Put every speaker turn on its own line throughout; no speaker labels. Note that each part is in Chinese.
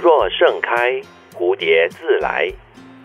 若盛开，蝴蝶自来；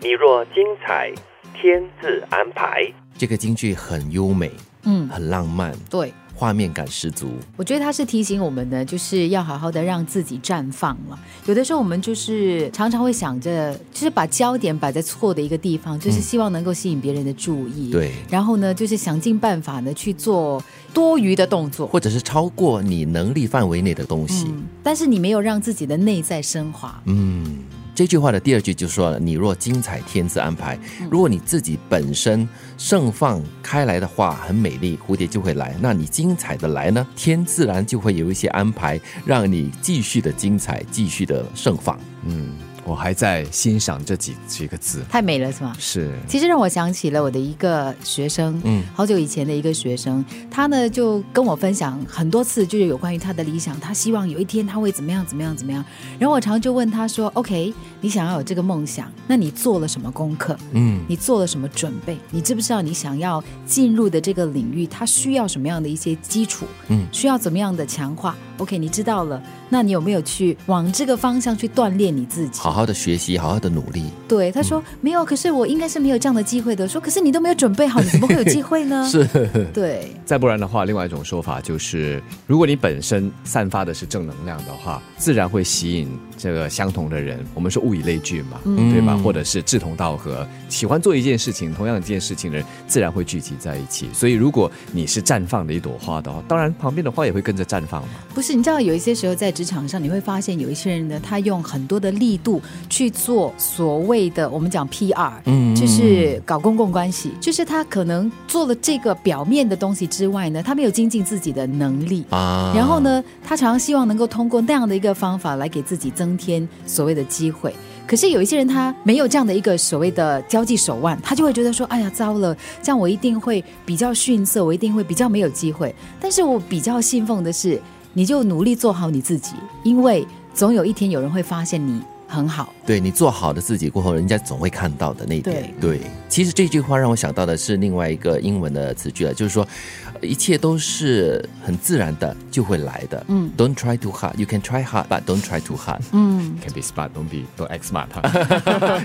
你若精彩，天自安排。
这个京剧很优美，
嗯，
很浪漫，
对，
画面感十足。
我觉得他是提醒我们呢，就是要好好的让自己绽放了。有的时候我们就是常常会想着，就是把焦点摆在错的一个地方，就是希望能够吸引别人的注
嗯
意。
对
然后呢，就是想尽办法呢去做多余的动作。
或者是超过你能力范围内的东西。
嗯，但是你没有让自己的内在升华。
嗯，这句话的第二句就说了：“你若精彩，天自安排。”
嗯
如果你自己本身盛放开来的话，很美丽，蝴蝶就会来。那你精彩的来呢，天自然就会有一些安排，让你继续的精彩，继续的盛放。
嗯，我还在欣赏这几几个字，
太美了，是吗？
是
其实让我想起了我的一个学生，
嗯
嗯，好久以前的一个学生，他呢就跟我分享很多次，就是有关于他的理想，他希望有一天他会怎么样怎么样怎么样。然后我常就问他说：“OK，你想要有这个梦想，那你做了什么功课？
嗯，
你做了什么准备？你知不知道你想要进入的这个领域，它需要什么样的一些基础？
嗯
需要怎么样的强化？OK，你知道了，那你有没有去往这个方向去锻炼你自己？
好好的学习，好好的努力。
对，他说、没有，可是我应该是没有这样的机会的。说可是你都没有准备好，你怎么会有机会呢？
是，
对，
再不然的话，另外一种说法就是，如果你本身散发的是正能量的话，自然会吸引这个相同的人。我们说物以类聚嘛，对吧？或者是志同道合，喜欢做一件事情，同样一件事情的人，自然会聚集在一起。所以，如果你是绽放的一朵花的话，当然旁边的花也会跟着绽放嘛。
不是你知道有一些时候在职场上，你会发现有一些人呢，他用很多的力度去做所谓的我们讲 PR，
嗯
就是搞公共关系，就是他可能做了这个表面的东西之外呢，他没有精进自己的能力。
啊
然后？呢，他常常希望能够通过那样的一个方法来给自己增添所谓的机会。可是有一些人他没有这样的一个所谓的交际手腕，他就会觉得说：“哎呀，糟了，这样我一定会比较逊色，我一定会比较没有机会。”但是我比较信奉的是，你就努力做好你自己，因为总有一天有人会发现你很好。
对你做好的自己过后，人家总会看到的那一点。对，其实这句话让我想到的是另外一个英文的词句啊了，就是说，呃一切都是很自然的就会来的。嗯，Don't try too hard. You can try hard, but don't try too hard.
嗯，
Can be smart, don't be don't act smart 哈。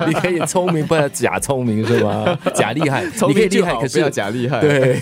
你可以聪明，不要假聪明是吗？假厉害，
聪
你可以
明
厉
就
害，
好
可
不
是
要假厉害。
对，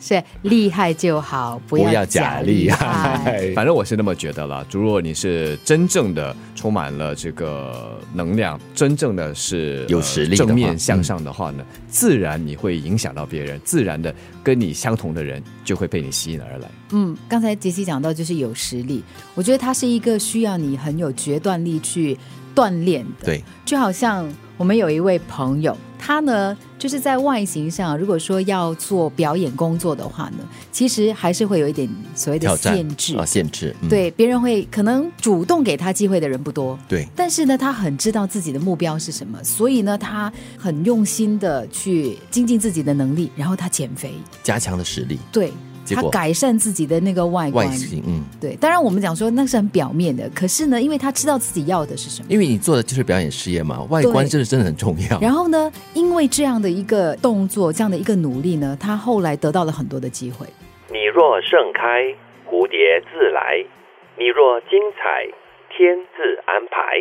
是厉害就好，不
不要
要
假
假
厉
厉
害
害。
反正我是那么觉得了。如果你是真正的充满了这个能量，真正的是呃
有实力的话嗯
正面向上的话呢，自然你会影响到别人，自然的跟你相同的人就会被你吸引而来。
嗯，刚才杰西讲到就是有实力，我觉得它是一个需要你很有决断力去锻炼的。
对，
就好像我们有一位朋友，他呢就是在外形上，如果说要做表演工作的话呢，其实还是会有一点所谓的
挑战
限制。
啊，限制。嗯、
对，别人会可能主动给他机会的人不多，
对，
但是呢，他很知道自己的目标是什么，所以呢，他很用心的去精进自己的能力，然后他减肥，
加强的实力，
对
结
他
果
改善自己的那个外观，
外形，嗯。
对，当然我们讲说那是很表面的，可是呢，因为他知道自己要的是什么。
因为你做的就是表演事业嘛，外观
对
真的真的很重要。
然后呢，因为这样的一个动作，这样的一个努力呢，他后来得到了很多的机会。
你若盛开，蝴蝶自来；你若精彩，天自安排。